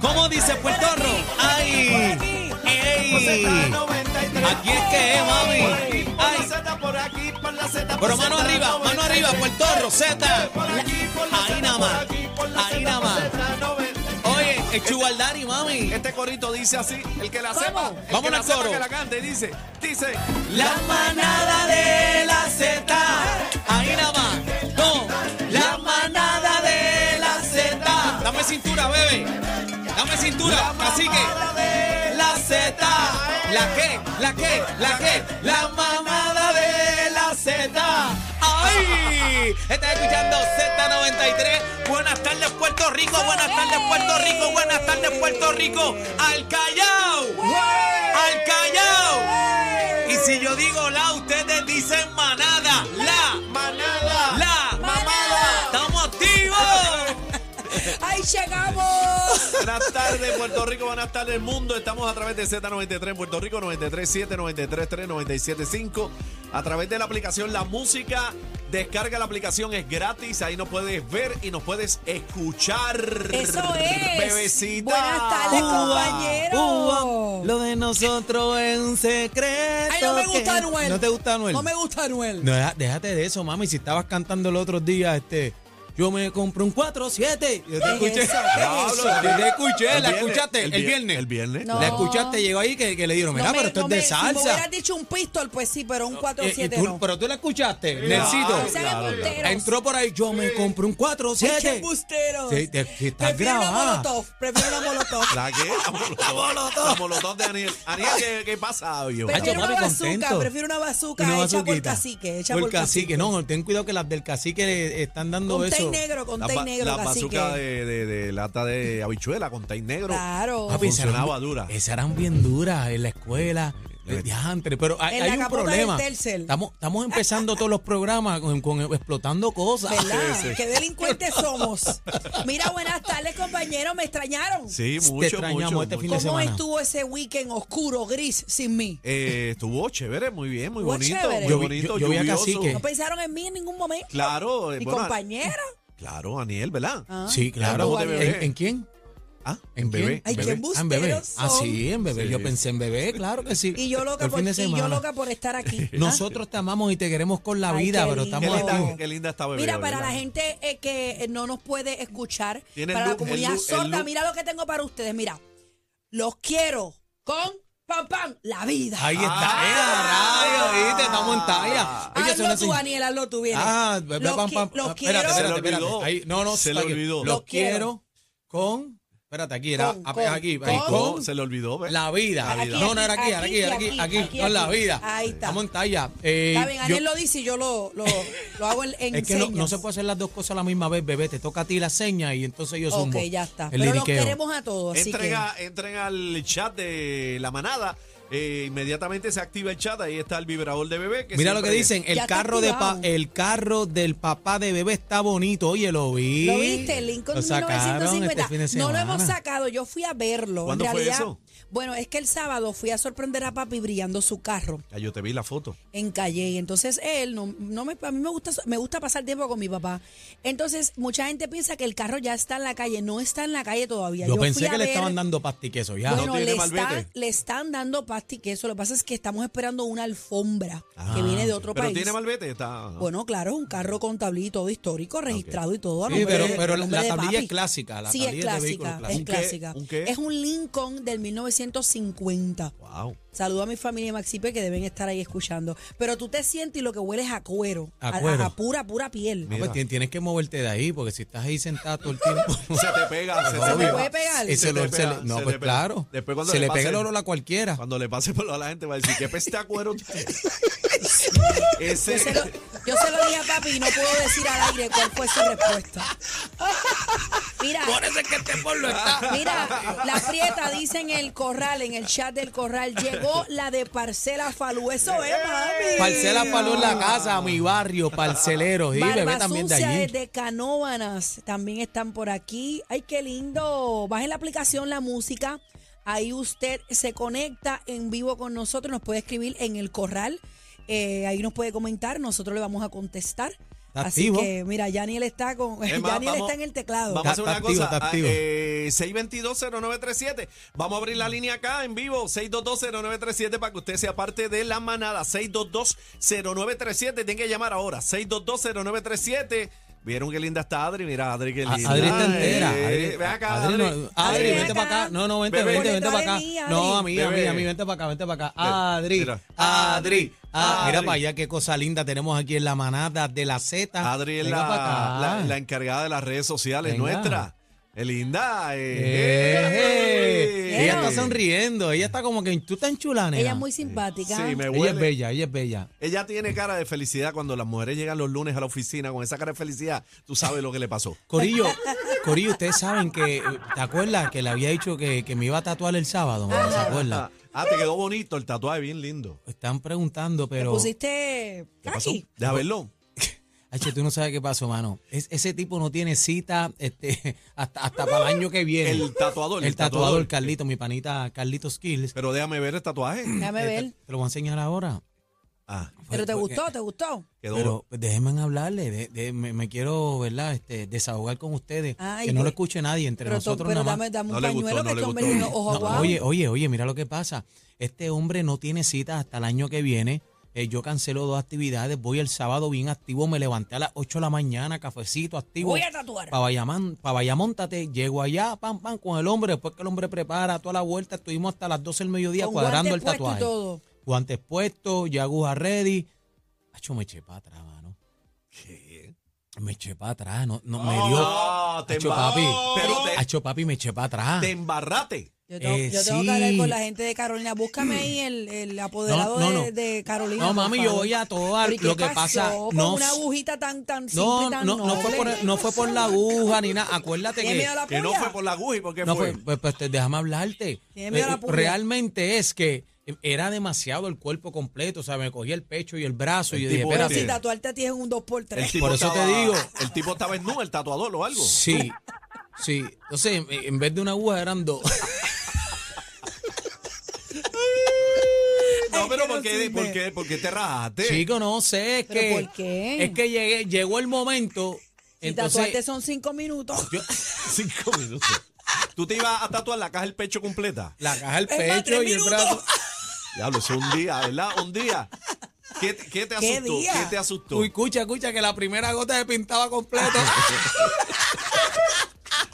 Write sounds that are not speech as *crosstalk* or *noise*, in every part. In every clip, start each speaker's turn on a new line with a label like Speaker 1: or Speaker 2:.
Speaker 1: ¿Cómo dice Puerto Rico? ¡Ay! ¡Ey! Aquí es que es, mami. ¡Ay! Pero mano arriba, mano arriba, Puerto Rico, Z. Ahí nada más. Ahí nada más. Oye, el Chubaldari, mami.
Speaker 2: Este corito dice así, el que la
Speaker 3: ¿Cómo?
Speaker 2: sepa, el que
Speaker 1: Vámonos
Speaker 2: la
Speaker 1: al
Speaker 2: sepa
Speaker 1: coro.
Speaker 2: que la cante, dice, dice,
Speaker 1: La manada de la Z. Ahí nada más. No. La manada de la Z. Dame cintura, bebé. Dame cintura, así que. La Z. La que, la que, la que. La manada de la Z. ¡Ay! Estás escuchando Z93. Buenas tardes, Puerto Rico. Buenas tardes, Puerto Rico. Buenas tardes, Puerto Rico. Al Callao. Al Callao. Y si yo digo la, ustedes dicen manada. La,
Speaker 2: manada,
Speaker 1: la,
Speaker 3: Manada.
Speaker 1: Estamos activos.
Speaker 3: ¡Ahí llegamos!
Speaker 2: Buenas tardes, Puerto Rico. Buenas tardes, mundo. Estamos a través de Z93 en Puerto Rico, 937, 933, 975. A través de la aplicación La Música. Descarga la aplicación, es gratis. Ahí nos puedes ver y nos puedes escuchar.
Speaker 3: Eso es.
Speaker 2: Bebecita.
Speaker 3: Buenas tardes,
Speaker 2: Uva,
Speaker 3: compañero.
Speaker 1: Uva, lo de nosotros es un secreto.
Speaker 3: Ay, no me gusta
Speaker 1: que-
Speaker 3: Anuel.
Speaker 1: ¿No te gusta Anuel?
Speaker 3: No me gusta Anuel.
Speaker 1: No, deja- déjate de eso, mami. Si estabas cantando el otro día, este. Yo me compré un 4-7. Yo te
Speaker 3: ¿Qué es
Speaker 1: escuché.
Speaker 3: eso?
Speaker 2: Diablo,
Speaker 1: Yo te escuché,
Speaker 2: El
Speaker 1: la
Speaker 2: viernes,
Speaker 1: escuchaste el
Speaker 2: vier-
Speaker 1: viernes.
Speaker 2: El viernes.
Speaker 3: No.
Speaker 1: La escuchaste, llegó ahí que, que le dijeron, mira,
Speaker 3: No me-
Speaker 1: pero esto
Speaker 3: no
Speaker 1: es de
Speaker 3: me- Si me
Speaker 1: salsa.
Speaker 3: hubieras dicho un pistol, pues sí, pero un
Speaker 1: Eh, y
Speaker 3: 4-7
Speaker 1: tú-
Speaker 3: no. Ah,
Speaker 1: Pero tú la escuchaste,
Speaker 3: No
Speaker 1: Nelsito.
Speaker 3: sean
Speaker 2: Claro, claro.
Speaker 3: embusteros.
Speaker 1: Entró por ahí, yo me compré un
Speaker 3: Ay, ¡Qué
Speaker 1: 4-7.
Speaker 3: embusteros!
Speaker 1: Sí, te- que estás
Speaker 3: prefiero una
Speaker 1: grabada.
Speaker 3: molotov, prefiero una
Speaker 1: *laughs*
Speaker 3: molotov.
Speaker 2: ¿La qué? La molotov. La molotov de Aniel. Aniel, ¿qué, qué pasa, viejo?
Speaker 1: Hacho,
Speaker 3: Prefiero una
Speaker 1: papi,
Speaker 3: bazooka,
Speaker 1: contento.
Speaker 3: prefiero una bazooka
Speaker 1: Una
Speaker 3: hecha por
Speaker 1: bazuquita.
Speaker 3: cacique, hecha
Speaker 1: Por cacique, no, ten cuidado que las del cacique le están dando
Speaker 3: Con
Speaker 1: eso.
Speaker 3: té negro, con
Speaker 2: La,
Speaker 3: té
Speaker 2: ba-
Speaker 3: negro,
Speaker 2: la
Speaker 3: cacique.
Speaker 2: bazooka de, de- de lata de habichuela con taín negro.
Speaker 3: Claro.
Speaker 2: Ah,
Speaker 1: Papi, esas eran-
Speaker 2: Funcionaba dura.
Speaker 1: Esas eran bien duras en la escuela.
Speaker 2: Sí.
Speaker 1: eh, diantre, pero hay,
Speaker 3: En la
Speaker 1: hay un
Speaker 3: capota
Speaker 1: problema.
Speaker 3: del Telcel.
Speaker 1: Estamos, estamos empezando todos los programas con, con- explotando cosas.
Speaker 3: ¿Verdad?
Speaker 2: Sí, sí.
Speaker 3: Qué delincuentes somos. Mira, buenas tardes, compañeros. Me extrañaron.
Speaker 2: Sí,
Speaker 1: Te
Speaker 2: mucho,
Speaker 1: extrañamos
Speaker 2: mucho,
Speaker 1: este fin de
Speaker 2: mucho.
Speaker 3: ¿Cómo
Speaker 1: semana.
Speaker 3: estuvo ese weekend oscuro, gris, sin mí?
Speaker 2: Eh, estuvo chévere, muy bien, muy
Speaker 3: Estuvo
Speaker 2: bonito,
Speaker 3: chévere.
Speaker 2: muy
Speaker 3: Yo
Speaker 1: vi-
Speaker 2: bonito,
Speaker 1: yo- yo vi a
Speaker 2: lluvioso.
Speaker 1: Cacique.
Speaker 3: No pensaron en mí en ningún momento.
Speaker 2: Claro, eh,
Speaker 3: Mi
Speaker 2: bueno,
Speaker 1: *laughs*
Speaker 3: compañera.
Speaker 2: claro, Aniel, ¿verdad?
Speaker 3: Ah.
Speaker 1: Sí, claro.
Speaker 2: Hablamos de
Speaker 1: ¿En,
Speaker 2: bebé.
Speaker 1: en quién?
Speaker 2: Ah,
Speaker 1: ¿En
Speaker 2: bebé.
Speaker 1: quién?
Speaker 3: Ay,
Speaker 2: bebé.
Speaker 3: qué embusteros
Speaker 1: Ah, en bebé. Ah,
Speaker 3: son.
Speaker 1: sí, en bebé.
Speaker 2: Sí.
Speaker 1: Yo pensé en bebé, claro que sí.
Speaker 3: Y yo loca
Speaker 1: El
Speaker 3: por,
Speaker 1: fin de
Speaker 3: y yo
Speaker 1: semana.
Speaker 3: loca por
Speaker 1: *laughs*
Speaker 3: estar aquí. ¿ah?
Speaker 1: Nosotros te amamos y te queremos con la
Speaker 3: Ay,
Speaker 1: vida,
Speaker 3: qué
Speaker 1: pero
Speaker 2: Qué
Speaker 1: estamos
Speaker 3: lindo.
Speaker 1: activos.
Speaker 2: linda, qué linda está bebé.
Speaker 3: Mira, para la
Speaker 2: ¿verdad?
Speaker 3: gente eh, que eh, no nos puede escuchar,
Speaker 2: Tiene el
Speaker 3: para la
Speaker 2: look, el
Speaker 3: comunidad
Speaker 2: look, el
Speaker 3: sorda,
Speaker 2: look.
Speaker 3: mira lo que tengo para ustedes. Mira, los quiero con pam pam, la vida.
Speaker 1: Ahí está,
Speaker 2: Ah.
Speaker 1: eh, rayo, ¿viste? Estamos en talla. Oye, eso no
Speaker 3: hazlo
Speaker 1: se-
Speaker 3: tú, Daniel, hazlo tú, bien.
Speaker 1: Ah, ve- ve-
Speaker 3: los,
Speaker 1: pam,
Speaker 3: qui-
Speaker 1: pam.
Speaker 3: los
Speaker 1: Ah,
Speaker 3: quiero.
Speaker 1: Espérate, espérate,
Speaker 2: Se le
Speaker 1: espérate.
Speaker 2: olvidó.
Speaker 1: Ahí, no, no,
Speaker 2: Se le
Speaker 1: está aquí.
Speaker 2: olvidó.
Speaker 1: Los
Speaker 3: Los quiero.
Speaker 1: quiero con. Espérate, aquí era.
Speaker 3: Con,
Speaker 1: a-
Speaker 3: con,
Speaker 1: aquí,
Speaker 3: con.
Speaker 1: ahí,
Speaker 2: Ay, ¿cómo?
Speaker 1: con.
Speaker 2: Se le olvidó, ¿ves?
Speaker 1: La vida.
Speaker 3: Aquí,
Speaker 1: no, no era aquí,
Speaker 3: aquí,
Speaker 1: era aquí,
Speaker 3: aquí,
Speaker 1: aquí, aquí,
Speaker 3: aquí,
Speaker 1: con la
Speaker 3: aquí.
Speaker 1: vida.
Speaker 3: Ahí está.
Speaker 1: Estamos en talla. Eh,
Speaker 3: Está bien,
Speaker 1: yo-
Speaker 3: Daniel lo dice y yo lo, lo, lo hago en, en
Speaker 1: *laughs* es que no, no
Speaker 3: señas.
Speaker 1: se puede hacer las dos cosas a la misma vez, bebé. Te toca a ti la seña y entonces yo zumbo.
Speaker 3: Ok, ya está.
Speaker 1: el
Speaker 3: Pero los
Speaker 1: liriqueo.
Speaker 3: queremos a todos, así
Speaker 2: Entren, a- entren al chat de la manada. eh, inmediatamente se activa el chat. Ahí está el vibrador de bebé. que
Speaker 1: Mira lo que
Speaker 2: siempre-
Speaker 1: dicen,
Speaker 3: Ya
Speaker 1: el
Speaker 3: está
Speaker 1: carro, de pa-
Speaker 3: activado.
Speaker 1: el carro del papá de bebé está bonito. Oye, lo vi.
Speaker 3: que... ¿Lo viste? El Lincoln
Speaker 1: Lo sacaron
Speaker 3: 1950.
Speaker 1: este fin de
Speaker 3: no lo
Speaker 1: semana.
Speaker 3: hemos sacado, yo fui a verlo.
Speaker 2: ¿Cuándo
Speaker 3: en
Speaker 2: fue
Speaker 3: realidad,
Speaker 2: eso?
Speaker 3: Bueno, es que el sábado fui a sorprender a papi brillando su carro.
Speaker 2: Ah, yo te vi la foto.
Speaker 3: en calle y entonces él no, no me a mí me gusta me gusta pasar tiempo con mi papá entonces mucha gente piensa que el carro ya está en la calle no está en la calle todavía
Speaker 1: Yo,
Speaker 3: fui
Speaker 1: pensé
Speaker 3: a
Speaker 1: que le
Speaker 3: ver-
Speaker 1: estaban dando pastiqueso ya.
Speaker 3: bueno,
Speaker 2: No tiene
Speaker 3: le,
Speaker 2: malvete.
Speaker 3: están, le están dando pasti que eso lo que pasa es que estamos esperando una alfombra
Speaker 1: Ah,
Speaker 3: que viene de otro
Speaker 2: Pero
Speaker 3: país
Speaker 2: tiene malvete. Está,
Speaker 3: bueno, claro, un carro con tablilla y todo histórico, registrado y todo. a
Speaker 1: Sí,
Speaker 3: nombre
Speaker 1: pero-
Speaker 3: de-
Speaker 1: pero
Speaker 3: a
Speaker 1: la-
Speaker 3: nombre
Speaker 1: la
Speaker 3: de
Speaker 1: tablilla
Speaker 3: papi.
Speaker 1: es clásica, la
Speaker 3: sí,
Speaker 1: tablilla
Speaker 3: es
Speaker 1: es de vehículo
Speaker 3: clásica,
Speaker 1: clásico.
Speaker 3: es
Speaker 2: ¿Un qué?
Speaker 3: clásica.
Speaker 2: ¿Un qué?
Speaker 3: Es un Lincoln del 1950.
Speaker 2: Wow.
Speaker 3: Saludo a mi familia y Maxipe que deben estar ahí escuchando. Pero tú te sientes y lo que hueles a cuero.
Speaker 1: A cuero.
Speaker 3: pura, pura piel.
Speaker 1: Ah, pues
Speaker 2: Mira.
Speaker 1: tien- tienes que moverte de ahí, porque si estás ahí sentado todo
Speaker 2: *laughs*
Speaker 1: el tiempo.
Speaker 2: Se te pega. se
Speaker 3: Se
Speaker 2: te
Speaker 3: me
Speaker 2: pega.
Speaker 3: puede pegar.
Speaker 1: *laughs* Ese
Speaker 2: Se
Speaker 1: olor
Speaker 2: te
Speaker 1: se
Speaker 2: pega,
Speaker 1: le- no,
Speaker 2: se
Speaker 1: pues
Speaker 2: te pega.
Speaker 1: claro.
Speaker 2: Después cuando
Speaker 1: se
Speaker 2: le
Speaker 1: le pega
Speaker 2: pase-
Speaker 1: el olor a cualquiera.
Speaker 2: Cuando le pase por lo a la gente va a decir, ¿qué peste a
Speaker 3: *laughs*
Speaker 2: cuero?
Speaker 3: Yo,
Speaker 2: Ese,
Speaker 3: se lo, yo se lo dije a papi y no puedo decir al aire cuál fue su respuesta.
Speaker 1: *laughs*
Speaker 3: Mira,
Speaker 1: eso es que este pueblo está.
Speaker 3: mira, la prieta dice en el corral, en el chat del corral, llegó la de parcela falú. Eso es, mami.
Speaker 1: Parcela palo en la casa, mi barrio, parcelero. Y bebé
Speaker 3: Barba
Speaker 1: también de
Speaker 3: sucia
Speaker 1: allí.
Speaker 3: desde Canóvanas también están por aquí. Ay, qué lindo. Baje la aplicación La Música. Ahí usted se conecta en vivo con nosotros. Nos puede escribir en el corral. Eh, ahí nos puede comentar. Nosotros le vamos a contestar.
Speaker 1: Está
Speaker 3: Así
Speaker 1: activo.
Speaker 3: que, mira, Yaniel está con.
Speaker 2: Es más,
Speaker 3: *laughs* Yaniel
Speaker 2: Eh, vamos-
Speaker 3: está en el teclado.
Speaker 2: Vamos a hacer
Speaker 1: Está
Speaker 2: una cosa.
Speaker 1: activo, está
Speaker 2: ah,
Speaker 1: activo.
Speaker 2: eh, 622-0937. Vamos a abrir la línea acá en vivo. 622-0937 para que usted sea parte de la manada. 622-0937. Tienen que llamar ahora. 622-0937. Vieron qué linda está Adri. Mira, Adri, qué
Speaker 1: A-
Speaker 2: linda.
Speaker 1: Adri está entera.
Speaker 2: Eh,
Speaker 1: Adri,
Speaker 2: ve acá,
Speaker 1: Adri,
Speaker 2: Adri.
Speaker 1: no, Adri,
Speaker 3: Adri,
Speaker 1: vente
Speaker 3: ven
Speaker 1: para
Speaker 3: acá.
Speaker 1: acá. No, no, vente,
Speaker 2: Bebé.
Speaker 1: vente,
Speaker 3: Por
Speaker 1: vente
Speaker 3: detrás
Speaker 1: para
Speaker 3: de
Speaker 1: acá.
Speaker 3: mí,
Speaker 1: no, a mí, a mí,
Speaker 2: Bebé.
Speaker 1: a mí, vente para acá, vente para acá.
Speaker 2: Mira,
Speaker 1: Adri,
Speaker 2: mira.
Speaker 1: Adri, ah,
Speaker 2: Adri.
Speaker 1: mira para allá qué cosa linda tenemos aquí en la manada de la Z.
Speaker 2: Adri es
Speaker 1: Venga
Speaker 2: la,
Speaker 1: pa' acá.
Speaker 2: la- la encargada de las redes sociales
Speaker 1: Ah. Venga.
Speaker 2: nuestra. Es linda. eh.
Speaker 1: Eh,
Speaker 2: Eh.
Speaker 1: Ella está sonriendo, ella está como que tú estás chulana.
Speaker 3: Ella es muy simpática.
Speaker 2: Sí, me
Speaker 1: Ella es
Speaker 2: huele.
Speaker 1: bella, ella es bella.
Speaker 2: Ella tiene cara de felicidad cuando las mujeres llegan los lunes a la oficina con esa cara de felicidad. Tú sabes lo que le pasó.
Speaker 1: Corillo, Corillo, ustedes saben que, eh, ¿te acuerdas que le había dicho que, que me iba a tatuar el sábado? mano? ¿Se acuerdan?
Speaker 2: Ah, te quedó bonito el tatuaje, bien lindo.
Speaker 1: Están preguntando,
Speaker 3: Te
Speaker 1: pero...
Speaker 3: pusiste.
Speaker 2: ¿Qué pasó?
Speaker 3: Kaki.
Speaker 2: Deja verlo.
Speaker 1: H, tú no sabes qué pasó, mano. Es- ese tipo no tiene cita este, *laughs* hasta, hasta para el año que viene.
Speaker 2: El tatuador,
Speaker 1: El,
Speaker 2: el
Speaker 1: tatuador,
Speaker 2: tatuador.
Speaker 1: Carlito, mi panita Carlito Skills.
Speaker 2: Pero déjame ver el tatuaje.
Speaker 1: Eh,
Speaker 3: Déjame ver.
Speaker 1: Te lo voy a enseñar ahora.
Speaker 2: Ah,
Speaker 3: Pero te
Speaker 1: porque-
Speaker 3: gustó, te gustó.
Speaker 2: quedó.
Speaker 1: Pero pues, déjenme hablarle. de- de- me, me quiero, ¿verdad? Este, desahogar con ustedes.
Speaker 3: Ay,
Speaker 1: que no
Speaker 3: pues.
Speaker 1: lo escuche nadie entre
Speaker 3: Pero, to-
Speaker 1: nosotros
Speaker 3: pero
Speaker 1: nada más.
Speaker 3: dame, dame un
Speaker 2: No le gustó,
Speaker 3: pañuelo
Speaker 2: no
Speaker 3: que
Speaker 2: le
Speaker 3: este hombre
Speaker 2: gustó.
Speaker 3: tiene unos ojos
Speaker 1: No,
Speaker 3: guau.
Speaker 1: oye, oye, oye, mira lo que pasa. Este hombre no tiene citas hasta el año que viene. Eh, yo cancelo dos actividades. Voy el sábado bien activo. Me levanté a las 8 de la mañana, cafecito activo.
Speaker 3: Voy a tatuar.
Speaker 1: Para Bayamón, para Bayamóntate, llego allá, pam, pam, con el hombre. Después que el hombre prepara toda la vuelta, estuvimos hasta las 12 del mediodía
Speaker 3: Con
Speaker 1: cuadrando
Speaker 3: guantes
Speaker 1: el
Speaker 3: puestos y
Speaker 1: tatuaje.
Speaker 3: todo.
Speaker 1: Guantes puestos, ya aguja ready. Hacho, me eché para atrás, mano.
Speaker 2: ¿Qué?
Speaker 1: Me eché para atrás, no, no, me dio.
Speaker 2: Ah, te
Speaker 1: Hacho,
Speaker 2: embarraste.
Speaker 1: papi.
Speaker 2: Pero te,
Speaker 1: Hacho, papi, me eché para atrás.
Speaker 2: te embarraste.
Speaker 3: Yo tengo,
Speaker 1: Eh,
Speaker 3: yo tengo que hablar
Speaker 1: sí.
Speaker 3: con la gente de Carolina. Búscame ahí el, el apoderado
Speaker 1: No, no,
Speaker 3: De,
Speaker 1: no.
Speaker 3: de Carolina.
Speaker 1: No,
Speaker 3: por
Speaker 1: mami, yo
Speaker 3: favor.
Speaker 1: voy a toda.
Speaker 3: Pero ¿y qué
Speaker 1: Lo que
Speaker 3: pasó
Speaker 1: pasa,
Speaker 3: con
Speaker 1: no.
Speaker 3: una agujita tan, tan simple
Speaker 1: No,
Speaker 3: y tan
Speaker 1: no, no fue,
Speaker 3: noble?
Speaker 1: por, no fue por la aguja ni nada. Acuérdate
Speaker 3: ¿Tienes
Speaker 1: que.
Speaker 3: miedo a la
Speaker 2: Que no
Speaker 3: puya?
Speaker 2: fue por la aguja y por qué
Speaker 1: No
Speaker 2: fue.
Speaker 1: fue, pues, pues, te- déjame hablarte.
Speaker 3: Tiene miedo a la
Speaker 1: Eh,
Speaker 3: puya.
Speaker 1: Realmente es que era demasiado el cuerpo completo, o sea, me cogí el pecho y el brazo y
Speaker 2: El
Speaker 1: yo dije,
Speaker 2: tipo este.
Speaker 3: Pero
Speaker 1: espérate.
Speaker 3: si tatuarte a ti es un 2x3.
Speaker 2: El tipo
Speaker 1: Por eso te
Speaker 2: estaba-
Speaker 1: digo.
Speaker 2: El tipo estaba en nu, el tatuador o algo.
Speaker 1: Sí, sí. Entonces, en- en vez de una aguja eran dos.
Speaker 2: No,
Speaker 3: Ay,
Speaker 2: pero
Speaker 3: que no
Speaker 2: ¿por qué,
Speaker 3: sirve.
Speaker 2: por qué- por qué te rajaste?
Speaker 1: Chico, no sé, es
Speaker 3: ¿Pero
Speaker 1: que.
Speaker 3: por qué?
Speaker 1: Es que llegué, llegó el momento.
Speaker 3: Si tatuarte
Speaker 1: entonces,
Speaker 3: son 5 minutos. *laughs*
Speaker 1: yo-
Speaker 2: *laughs* Cinco minutos. ¿Tú te ibas a tatuar la caja del pecho completa?
Speaker 1: la caja, el
Speaker 3: Es
Speaker 1: pecho
Speaker 3: más, tres
Speaker 1: y el
Speaker 3: minutos.
Speaker 1: brazo.
Speaker 2: Diablo, eso un día, ¿verdad? Un día. ¿Qué, te- qué te
Speaker 3: ¿Qué
Speaker 2: asustó?
Speaker 3: día?
Speaker 2: ¿Qué te asustó?
Speaker 1: Uy, escucha, escucha, que la primera gota se pintaba *laughs* completo.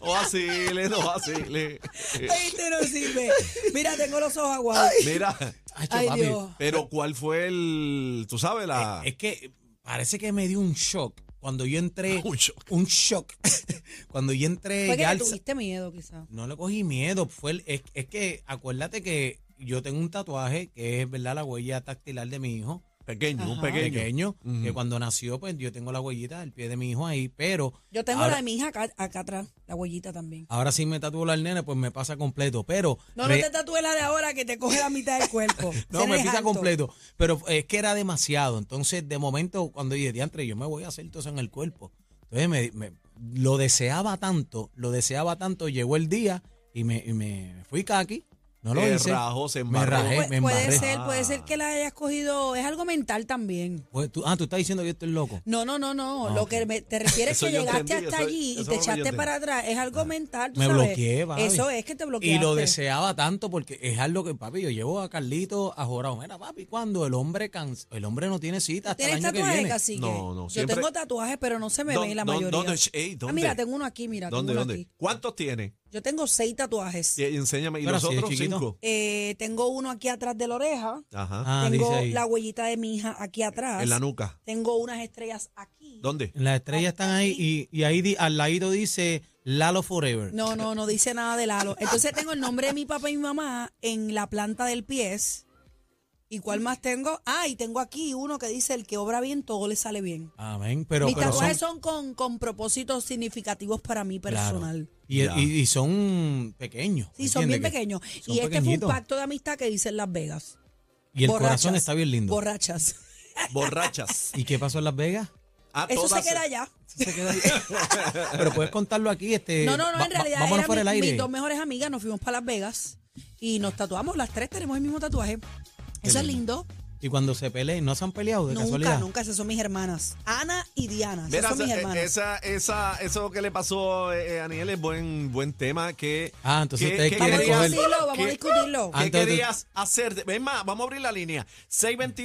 Speaker 2: O así, no Oh, vacile.
Speaker 3: Este no sirve. Mira, tengo los ojos aguados.
Speaker 2: Mira,
Speaker 1: Ay,
Speaker 3: Ay,
Speaker 1: papi, Eh,
Speaker 3: Dios.
Speaker 2: pero ¿cuál fue el. Tú sabes, la.
Speaker 1: Es que parece que me dio un shock cuando yo entré.
Speaker 2: *laughs* Un shock.
Speaker 1: un shock. *laughs* cuando yo entré.
Speaker 3: Fue que
Speaker 1: ya
Speaker 3: le
Speaker 1: al-
Speaker 3: tuviste miedo, quizás.
Speaker 1: no le cogí miedo. Fue el- es, es que acuérdate que yo tengo un tatuaje que es, ¿verdad? La huella dactilar de mi hijo.
Speaker 2: Pequeño, un
Speaker 3: Ajá.
Speaker 2: pequeño.
Speaker 1: Pequeño. Que
Speaker 2: Ujú.
Speaker 1: cuando nació, pues yo tengo la huellita del pie de mi hijo ahí. Pero.
Speaker 3: Yo tengo la
Speaker 1: ahora,
Speaker 3: de mi hija acá, acá atrás, la huellita también.
Speaker 1: ahora sí me tatúo la nena, pues me pasa completo. Pero.
Speaker 3: No,
Speaker 1: re-
Speaker 3: no te tatúes la de ahora que te coge la mitad del cuerpo.
Speaker 1: *laughs* No,
Speaker 3: Ese
Speaker 1: me
Speaker 3: eres
Speaker 1: pisa
Speaker 3: alto.
Speaker 1: completo. Pero es que era demasiado. Entonces, de momento, cuando dije, diantre, yo me voy a hacer todo eso en el cuerpo. Entonces, me, me- lo deseaba tanto, lo deseaba tanto. Llegó el día y me, y me fui caqui. No lo
Speaker 2: Se
Speaker 1: hice.
Speaker 2: rajó, se
Speaker 1: me
Speaker 2: embarró.
Speaker 1: rajé,
Speaker 3: Pu-
Speaker 1: Eh, me
Speaker 3: puede
Speaker 1: embarré.
Speaker 3: ser, puede ser que la hayas cogido. Es algo mental también.
Speaker 1: Pues tú- ah, tú estás diciendo que yo estoy loco.
Speaker 3: No, no, no, no.
Speaker 1: Ah,
Speaker 3: Lo
Speaker 1: ok.
Speaker 3: que me- te
Speaker 2: *laughs*
Speaker 3: refieres
Speaker 2: Eso
Speaker 3: que
Speaker 2: yo
Speaker 3: llegaste
Speaker 2: entendí,
Speaker 3: hasta
Speaker 2: eso-
Speaker 3: allí y
Speaker 2: eso fue
Speaker 3: te
Speaker 2: lo que yo
Speaker 3: echaste
Speaker 2: entendí.
Speaker 3: para atrás. Es algo mental. tú
Speaker 1: Ah, Me
Speaker 3: sabes.
Speaker 1: bloqueé, papi.
Speaker 3: Eso es que te bloqueaste.
Speaker 1: Y lo deseaba tanto porque es algo que, papi, yo llevo a Carlito a Jorado. Mira, papi, cuando el hombre cansa, el hombre no tiene cita hasta el
Speaker 3: ¿Tienes
Speaker 1: año que
Speaker 3: tatuajes,
Speaker 1: viene.
Speaker 3: cacique?
Speaker 2: No, no,
Speaker 3: Yo
Speaker 2: siempre-
Speaker 3: tengo tatuajes, pero no se me
Speaker 2: ¿Dó-
Speaker 3: ven la
Speaker 2: dó-
Speaker 3: mayoría.
Speaker 2: dónde? Ey,
Speaker 3: Ah,
Speaker 2: ¿dónde?
Speaker 3: mira, tengo uno aquí, mira.
Speaker 2: ¿Dónde,
Speaker 3: tengo uno
Speaker 2: dónde?
Speaker 3: aquí.
Speaker 2: ¿Cuántos tiene?
Speaker 3: Yo tengo seis tatuajes.
Speaker 2: Y- enséñame. ¿Y
Speaker 1: Pero
Speaker 2: los
Speaker 1: así de
Speaker 2: otros
Speaker 1: chiquito.
Speaker 2: cinco?
Speaker 3: Eh, tengo uno aquí atrás de la oreja.
Speaker 2: Ajá.
Speaker 1: Ah,
Speaker 3: tengo
Speaker 1: dice ahí.
Speaker 3: la huellita de mi hija aquí atrás.
Speaker 2: En la nuca.
Speaker 3: Tengo unas estrellas aquí. *laughs*
Speaker 2: ¿Dónde?
Speaker 1: Las estrellas están ahí y, y ahí di- al ladito dice Lalo Forever.
Speaker 3: No, no, no dice nada de Lalo. Entonces tengo el nombre de mi papá y mi mamá en la planta del pies. ¿Y cuál más tengo? Ah, y tengo aquí uno que dice el que obra bien, todo le sale bien.
Speaker 1: Amén, pero,
Speaker 3: Mis
Speaker 1: pero
Speaker 3: tatuajes son, con, con propósitos significativos para mí personal.
Speaker 1: Claro. Y,
Speaker 2: Ya.
Speaker 1: y- y son pequeños.
Speaker 3: Sí, son bien
Speaker 1: ¿entiendes? Que
Speaker 3: pequeños.
Speaker 1: son
Speaker 3: Y este fue
Speaker 1: pequeñitos.
Speaker 3: un pacto de amistad que hice en Las Vegas.
Speaker 1: Y el
Speaker 3: Borrachas.
Speaker 1: corazón está bien lindo.
Speaker 3: Borrachas.
Speaker 2: Borrachas.
Speaker 1: ¿Y qué pasó en Las Vegas?
Speaker 2: Ah,
Speaker 3: Eso *laughs* se
Speaker 2: todas-
Speaker 3: queda allá.
Speaker 1: *laughs* Pero puedes contarlo aquí. Este,
Speaker 3: No, no,
Speaker 1: va-
Speaker 3: no,
Speaker 1: va-
Speaker 3: en realidad
Speaker 1: vámonos
Speaker 3: eran
Speaker 1: fuera del
Speaker 3: mis,
Speaker 1: aire.
Speaker 3: mis dos mejores amigas, nos fuimos para Las Vegas y nos tatuamos, las tres tenemos el mismo tatuaje. Eso es lindo.
Speaker 1: Y cuando se peleen, ¿no se han peleado de
Speaker 3: nunca,
Speaker 1: casualidad?
Speaker 3: nunca, esas son mis hermanas. Ana y Diana, esas
Speaker 2: Mira,
Speaker 3: son mis
Speaker 2: esa- eh,
Speaker 3: hermanas.
Speaker 2: esa- esa- eso que le pasó eh, eh, a Aniel es buen, buen tema. Que,
Speaker 1: Ah, entonces
Speaker 2: que-
Speaker 1: ustedes
Speaker 2: que
Speaker 1: quieren
Speaker 3: vamos a
Speaker 2: querías-
Speaker 1: coger-
Speaker 3: discutirlo, vamos a
Speaker 2: que-
Speaker 3: discutirlo.
Speaker 1: Ah,
Speaker 2: ¿Qué
Speaker 1: Antes de-
Speaker 2: querías hacer? Es más, vamos a abrir la línea.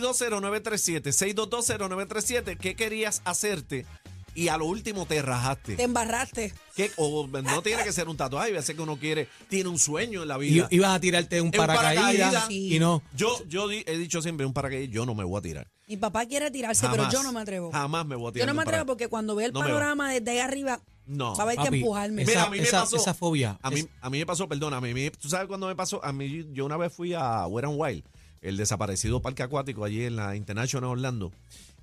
Speaker 2: 622-0937, 622-0937. ¿Qué querías hacerte? Y a lo último te rajaste.
Speaker 3: Te embarraste.
Speaker 2: ¿Qué? O no tiene que ser un tatuaje, a ser que uno quiere, tiene un sueño en la
Speaker 1: Y,
Speaker 2: vida.
Speaker 1: ibas a tirarte un
Speaker 2: Es un
Speaker 1: paracaídas,
Speaker 2: paracaídas.
Speaker 1: y no.
Speaker 2: yo yo di- he dicho siempre, un paracaídas, yo no me voy a tirar.
Speaker 3: Mi papá quiere tirarse, pero
Speaker 2: Jamás.
Speaker 3: yo no me atrevo.
Speaker 2: Jamás me voy a tirar.
Speaker 3: Yo
Speaker 2: de
Speaker 3: no
Speaker 2: un
Speaker 3: me atrevo
Speaker 2: paracaídas.
Speaker 3: porque cuando veo el
Speaker 2: No me va.
Speaker 3: panorama desde ahí arriba,
Speaker 2: No.
Speaker 3: va a haber que
Speaker 1: Papi,
Speaker 3: empujarme.
Speaker 1: esa-
Speaker 2: Mira, a mí me pasó.
Speaker 1: esa fobia.
Speaker 2: A mí,
Speaker 1: Es-
Speaker 2: a mí me pasó, perdona, a mí, me- ¿tú sabes cuándo me pasó? A mí, yo una vez fui a Wet and Wild, el desaparecido parque acuático allí en la International Orlando,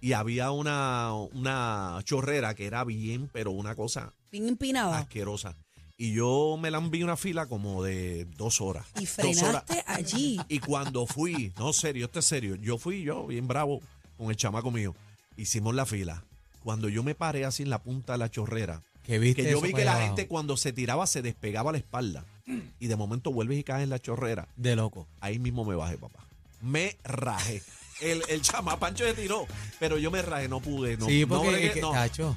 Speaker 2: y había una, una chorrera que era bien, pero una cosa
Speaker 3: Bien empinada.
Speaker 2: asquerosa. Y yo me la envié una fila como de dos horas.
Speaker 3: Y
Speaker 2: Dos horas.
Speaker 3: frenaste allí.
Speaker 2: Y cuando fui, no, serio, esto es serio. Yo fui yo, bien bravo, con el chamaco mío. Hicimos la fila. Cuando yo me paré así en la punta de la chorrera,
Speaker 1: Que viste
Speaker 2: que yo
Speaker 1: eso
Speaker 2: vi
Speaker 1: para
Speaker 2: que la
Speaker 1: allá
Speaker 2: gente
Speaker 1: abajo.
Speaker 2: cuando se tiraba se despegaba la espalda. Y de momento vuelves y caes en la chorrera.
Speaker 1: De loco.
Speaker 2: Ahí mismo me bajé, papá. Me rajé. El, el chama Pancho se tiró, pero yo me rajé, no pude. No,
Speaker 1: sí,
Speaker 2: no
Speaker 1: porque
Speaker 2: bregué,
Speaker 1: es que,
Speaker 2: no,
Speaker 1: tacho.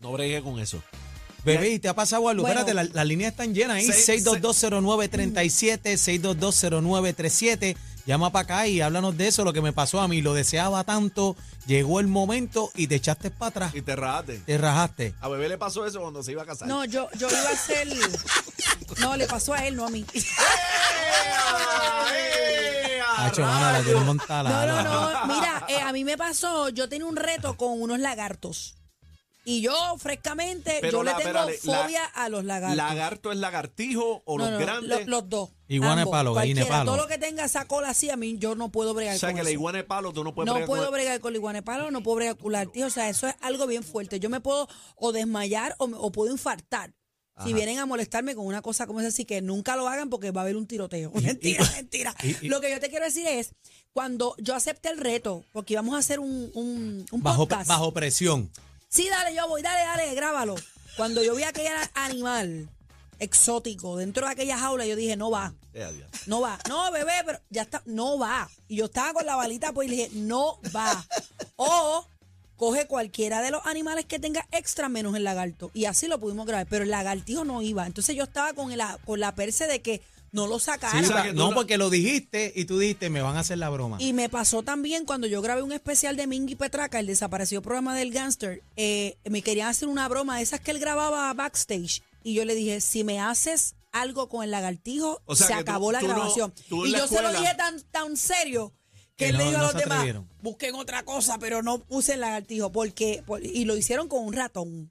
Speaker 2: no bregué con eso.
Speaker 1: Bebé, ¿y te ha pasado algo?
Speaker 3: Bueno.
Speaker 1: Espérate, la- las líneas están llenas ahí.
Speaker 2: Seis-
Speaker 1: 6220937, 6220937. Llama para acá y háblanos de eso, lo que me pasó a mí. Lo deseaba tanto, llegó el momento y te echaste para atrás.
Speaker 2: Y te rajaste.
Speaker 1: Te rajaste.
Speaker 2: A bebé le pasó eso cuando se iba a casar.
Speaker 3: No, yo, yo iba a
Speaker 1: *laughs*
Speaker 3: hacer. No, le pasó a él, no a mí.
Speaker 2: ¡Eh!
Speaker 1: Tacho, mano, la quiero montar.
Speaker 3: No,
Speaker 1: la-
Speaker 3: no,
Speaker 1: la-
Speaker 3: no. Mira, eh, a mí me pasó, yo tenía un reto con unos lagartos. Y yo, frescamente,
Speaker 2: Pero
Speaker 3: yo
Speaker 2: la-
Speaker 3: le tengo
Speaker 2: espérale, la-
Speaker 3: fobia a los lagartos.
Speaker 2: ¿Lagarto es lagartijo o
Speaker 3: No,
Speaker 2: los
Speaker 3: no,
Speaker 2: grandes?
Speaker 3: lo- los dos.
Speaker 1: Iguana de
Speaker 3: ambos,
Speaker 1: palo, gallina de
Speaker 3: cualquiera.
Speaker 1: palo.
Speaker 3: Todo lo que tenga esa cola así, a mí yo no puedo bregar
Speaker 2: o sea,
Speaker 3: con
Speaker 2: que la
Speaker 3: eso.
Speaker 2: iguana de palo tú no
Speaker 1: Pues,
Speaker 2: puedes
Speaker 3: No
Speaker 2: bregar con-
Speaker 3: puedo bregar con la iguana de palo, no puedo bregar con la lagartija, O sea, eso es algo bien fuerte. Yo me puedo o desmayar o, me- o puedo infartar. Si vienen a molestarme con una cosa como esa, así que nunca lo hagan porque va a haber un *laughs* tiroteo. Mentira, mentira.
Speaker 1: pues, y- y-
Speaker 3: lo que yo te quiero decir es, cuando yo acepté el reto, porque íbamos a hacer un, un, un
Speaker 1: bajo,
Speaker 3: podcast.
Speaker 1: bajo presión.
Speaker 3: Sí, dale, yo voy, dale, dale, grábalo. Cuando yo vi aquel *laughs* animal exótico dentro de aquella jaula, yo dije, no va.
Speaker 2: Eh, adiós.
Speaker 3: No va. No, bebé, pero ya está. No va. Y yo estaba con la balita, pues y le dije, no va. O coge cualquiera de los animales que tenga extra menos el lagarto. Y así lo pudimos grabar. Pero el lagartijo no iba. Entonces yo estaba con la, con la perse de que no lo
Speaker 1: Sí,
Speaker 3: sacara.
Speaker 2: o sea,
Speaker 1: pa-
Speaker 2: que tú
Speaker 1: no,
Speaker 2: la-
Speaker 1: porque lo dijiste y tú dijiste, me van a hacer la broma.
Speaker 3: Y me pasó también cuando yo grabé un especial de Mingy Petraca, el desaparecido programa del Gangster, eh, me querían hacer una broma de esas que él grababa backstage. Y yo le dije, si me haces algo con el lagartijo,
Speaker 2: O sea,
Speaker 3: se
Speaker 2: que tú-
Speaker 3: acabó la
Speaker 2: tú no-
Speaker 3: grabación.
Speaker 2: tú en
Speaker 3: y
Speaker 2: la
Speaker 3: yo se
Speaker 2: escuela-
Speaker 3: lo dije tan, tan serio
Speaker 1: Que
Speaker 3: que él
Speaker 1: no-
Speaker 3: le dijo
Speaker 1: no
Speaker 3: a
Speaker 1: se
Speaker 3: los demás,
Speaker 1: atrevieron.
Speaker 3: busquen otra cosa, pero no puse el lagartijo. Porque, por- y lo hicieron con un ratón.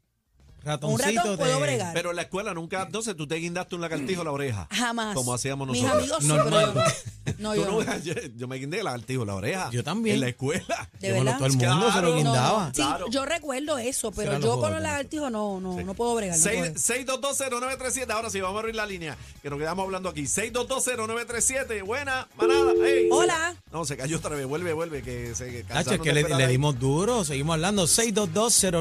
Speaker 3: Con un
Speaker 1: Ratoncito
Speaker 3: ratón puedo
Speaker 1: de-
Speaker 3: bregar.
Speaker 2: Pero en la escuela nunca, entonces tú te guindaste un lagartijo en la oreja.
Speaker 3: Jamás.
Speaker 2: Como hacíamos
Speaker 3: Mis
Speaker 2: nosotros.
Speaker 3: amigos sí,
Speaker 1: Normal.
Speaker 2: *laughs*
Speaker 3: pero yo no. No,
Speaker 2: Tú
Speaker 3: yo
Speaker 2: no
Speaker 3: no.
Speaker 2: veas, yo, yo me guindé el lagartijo en la oreja.
Speaker 1: Yo también.
Speaker 2: En la escuela.
Speaker 3: De
Speaker 1: Yo me lo-
Speaker 3: verdad.
Speaker 1: todo el mundo se
Speaker 2: Claro.
Speaker 1: lo guindaba.
Speaker 3: Sí,
Speaker 2: Claro.
Speaker 3: yo recuerdo eso, pero
Speaker 1: Serán
Speaker 3: yo
Speaker 1: los
Speaker 3: con los
Speaker 1: jóvenes.
Speaker 3: lagartijos no, no,
Speaker 2: Sí.
Speaker 3: no puedo bregar. no puedo.
Speaker 2: 6220937. Ahora sí, vamos a abrir la línea. Que nos quedamos hablando aquí. 6220937. Buena, manada.
Speaker 1: Uh,
Speaker 2: Ey.
Speaker 3: Hola.
Speaker 2: No, se cayó otra vez. Vuelve, vuelve. Que se
Speaker 1: Nacho,
Speaker 2: cansaron
Speaker 1: es que
Speaker 2: de
Speaker 1: le,
Speaker 2: esperar
Speaker 1: le
Speaker 2: ahí.
Speaker 1: dimos duro, seguimos hablando.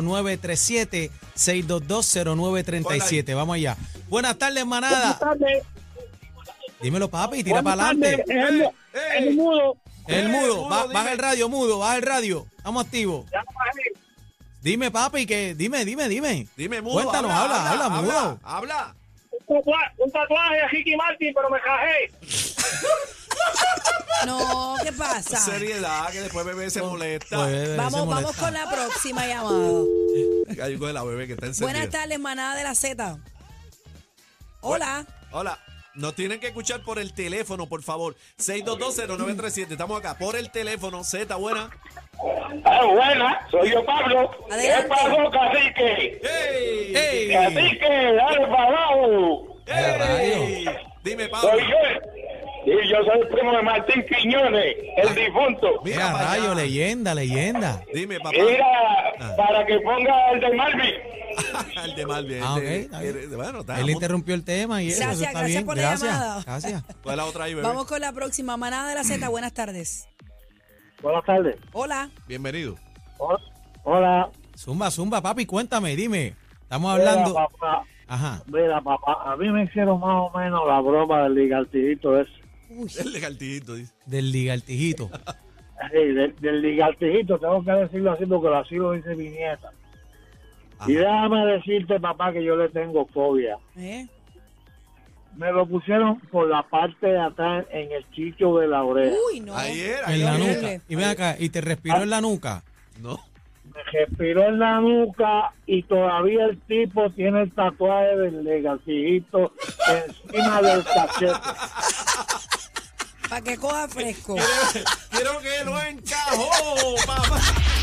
Speaker 1: 6220937, 6220937. Vamos allá. Buenas tardes, manada. Dímelo, papi, tira para adelante.
Speaker 2: Eh, eh.
Speaker 4: El mudo.
Speaker 1: El
Speaker 2: Eh,
Speaker 1: mudo,
Speaker 2: mudo,
Speaker 1: ba-
Speaker 2: dime.
Speaker 1: baja el radio, mudo, baja el radio. Estamos activos.
Speaker 4: Ya lo bajé.
Speaker 1: Dime, papi, que dime, dime, dime.
Speaker 2: Dime, mudo.
Speaker 1: Cuéntanos, habla, habla, mudo.
Speaker 2: Habla. habla.
Speaker 4: Un tatua- Un tatuaje a Ricky Martin, pero me cajé.
Speaker 3: No, ¿qué pasa?
Speaker 2: Seriedad, que después bebé se molesta.
Speaker 1: Pues, se
Speaker 3: Vamos,
Speaker 1: molesta.
Speaker 3: vamos con la próxima llamada.
Speaker 2: Ahí coge la bebé que está encendida.
Speaker 3: Buenas tardes, manada de la Z. Hola.
Speaker 2: Hola. Nos tienen que escuchar por el teléfono, por favor. 6220937. Estamos acá por el teléfono. Z, buena.
Speaker 4: Ah, buena, soy yo Pablo.
Speaker 3: Adelante.
Speaker 4: ¿Qué pasó, cacique?
Speaker 2: ¡Ey!
Speaker 1: ¡Ey!
Speaker 4: Cacique, dale para abajo.
Speaker 2: ¡Ey!
Speaker 1: ¡Eh,
Speaker 2: Dime, Pablo.
Speaker 4: Soy yo. Y yo soy el primo de Martín Quiñones, el difunto.
Speaker 2: Mira
Speaker 1: Ah. Mira,
Speaker 2: para allá.
Speaker 1: rayo, leyenda, leyenda.
Speaker 2: Dime, papá.
Speaker 1: Ah.
Speaker 4: Mira, para que ponga el de Marvin.
Speaker 2: *laughs* el de Malvin.
Speaker 1: Ah,
Speaker 2: el de-
Speaker 1: ok, está bien.
Speaker 2: el de- bueno, está.
Speaker 1: Él interrumpió el tema y eso,
Speaker 3: Gracias,
Speaker 1: eso está
Speaker 3: gracias
Speaker 1: bien.
Speaker 3: por la
Speaker 1: gracias,
Speaker 3: llamada.
Speaker 1: gracias.
Speaker 2: ¿Cuál es la otra ahí, bebé?
Speaker 3: Vamos con la próxima, manada de la Z. Buenas tardes.
Speaker 4: Buenas tardes.
Speaker 3: Hola.
Speaker 2: Bienvenido.
Speaker 4: Hola.
Speaker 1: Zumba, zumba, papi, cuéntame, dime. Estamos hablando.
Speaker 4: papá.
Speaker 1: Ajá.
Speaker 4: Mira, papá, a mí me hicieron más o menos la broma del ligartidito ese.
Speaker 3: Uy,
Speaker 2: El legaltito dice.
Speaker 1: Del ligartijito.
Speaker 4: sí, del, del ligatijito, tengo que decirlo así porque así lo dice mi nieta.
Speaker 2: Ajá.
Speaker 4: Y déjame decirte, papá, que yo le tengo fobia.
Speaker 3: ¿eh?
Speaker 4: Me lo pusieron por la parte de atrás en el chicho de la oreja.
Speaker 3: Uy, no.
Speaker 2: Ayer,
Speaker 3: Qué
Speaker 2: Ay,
Speaker 1: en la
Speaker 3: horrible.
Speaker 1: nuca. Y ven acá, y te respiró en la nuca.
Speaker 2: No.
Speaker 4: Me respiró en la nuca y todavía el tipo tiene el tatuaje del legatijito encima del cachete.
Speaker 3: Para que coja fresco.
Speaker 2: Quiero que lo encajó, papá.